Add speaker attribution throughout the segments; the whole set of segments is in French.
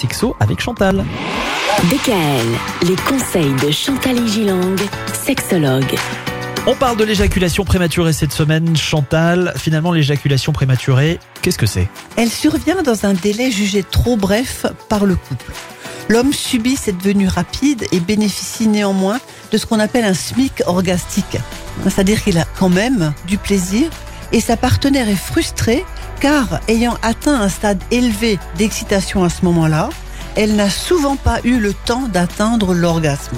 Speaker 1: Sexo avec Chantal.
Speaker 2: DKL, les conseils de Chantal Gilang, sexologue.
Speaker 1: On parle de l'éjaculation prématurée cette semaine. Chantal, finalement, l'éjaculation prématurée, qu'est-ce que c'est
Speaker 3: Elle survient dans un délai jugé trop bref par le couple. L'homme subit cette venue rapide et bénéficie néanmoins de ce qu'on appelle un SMIC orgastique. C'est-à-dire qu'il a quand même du plaisir et sa partenaire est frustrée car ayant atteint un stade élevé d'excitation à ce moment-là, elle n'a souvent pas eu le temps d'atteindre l'orgasme.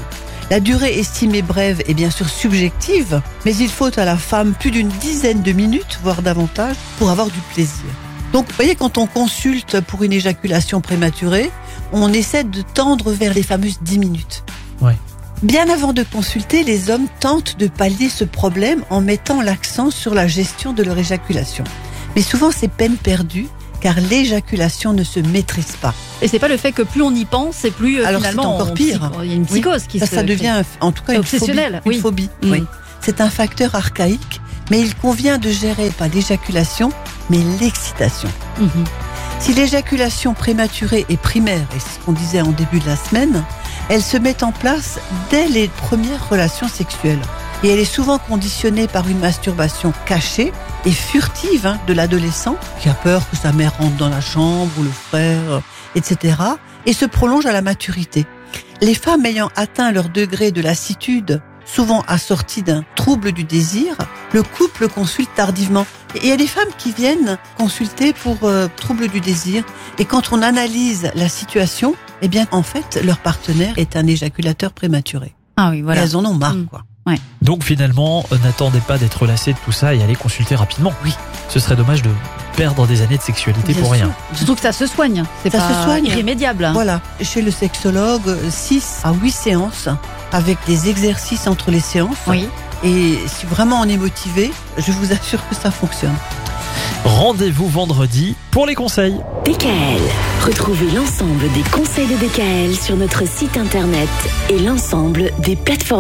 Speaker 3: La durée estimée brève est bien sûr subjective, mais il faut à la femme plus d'une dizaine de minutes, voire davantage, pour avoir du plaisir. Donc, vous voyez, quand on consulte pour une éjaculation prématurée, on essaie de tendre vers les fameuses 10 minutes.
Speaker 1: Ouais.
Speaker 3: Bien avant de consulter, les hommes tentent de pallier ce problème en mettant l'accent sur la gestion de leur éjaculation. Mais souvent, c'est peine perdue, car l'éjaculation ne se maîtrise pas.
Speaker 4: Et c'est pas le fait que plus on y pense, et plus euh,
Speaker 3: Alors, c'est
Speaker 4: finalement
Speaker 3: encore
Speaker 4: on-
Speaker 3: pire.
Speaker 4: Il y a une psychose qui
Speaker 3: Ça,
Speaker 4: se
Speaker 3: ça devient en tout cas
Speaker 4: C'est
Speaker 3: une phobie.
Speaker 4: obsessionnel,
Speaker 3: une
Speaker 4: oui.
Speaker 3: phobie,
Speaker 4: Mm.
Speaker 3: oui. C'est un facteur archaïque, mais il convient de gérer pas l'éjaculation, mais l'excitation.
Speaker 4: crée. Mhm.
Speaker 3: Si l'éjaculation prématurée est primaire, et c'est ce qu'on disait en début de la semaine, elle se met en place dès les premières relations sexuelles. Et elle est souvent conditionnée par une masturbation cachée et furtive hein, de l'adolescent, qui a peur que sa mère rentre dans la chambre ou le frère, euh, etc., et se prolonge à la maturité. Les femmes ayant atteint leur degré de lassitude, souvent assorti d'un trouble du désir, le couple consulte tardivement. Et il y a des femmes qui viennent consulter pour euh, trouble du désir. Et quand on analyse la situation, eh bien, en fait, leur partenaire est un éjaculateur prématuré.
Speaker 4: Ah oui,
Speaker 3: Et
Speaker 4: voilà.
Speaker 3: elles en ont marre,
Speaker 4: Mm.
Speaker 3: quoi.
Speaker 1: Donc finalement, euh, n'attendez pas d'être lassé de tout ça et allez consulter rapidement.
Speaker 3: Oui.
Speaker 1: Ce serait dommage de perdre des années de sexualité
Speaker 3: Bien
Speaker 1: pour rien.
Speaker 3: sûr.
Speaker 4: Surtout que ça se soigne. hein. C'est
Speaker 3: Ça
Speaker 4: pas
Speaker 3: se soigne.
Speaker 4: irrémédiable. hein.
Speaker 3: Voilà. Chez le sexologue, 6 à 8 séances avec des exercices entre les séances.
Speaker 4: Oui.
Speaker 3: Et si vraiment on est motivé, je vous assure que ça fonctionne.
Speaker 1: Rendez-vous vendredi pour les conseils.
Speaker 2: DKL. Retrouvez l'ensemble des conseils de DKL sur notre site internet et l'ensemble des plateformes.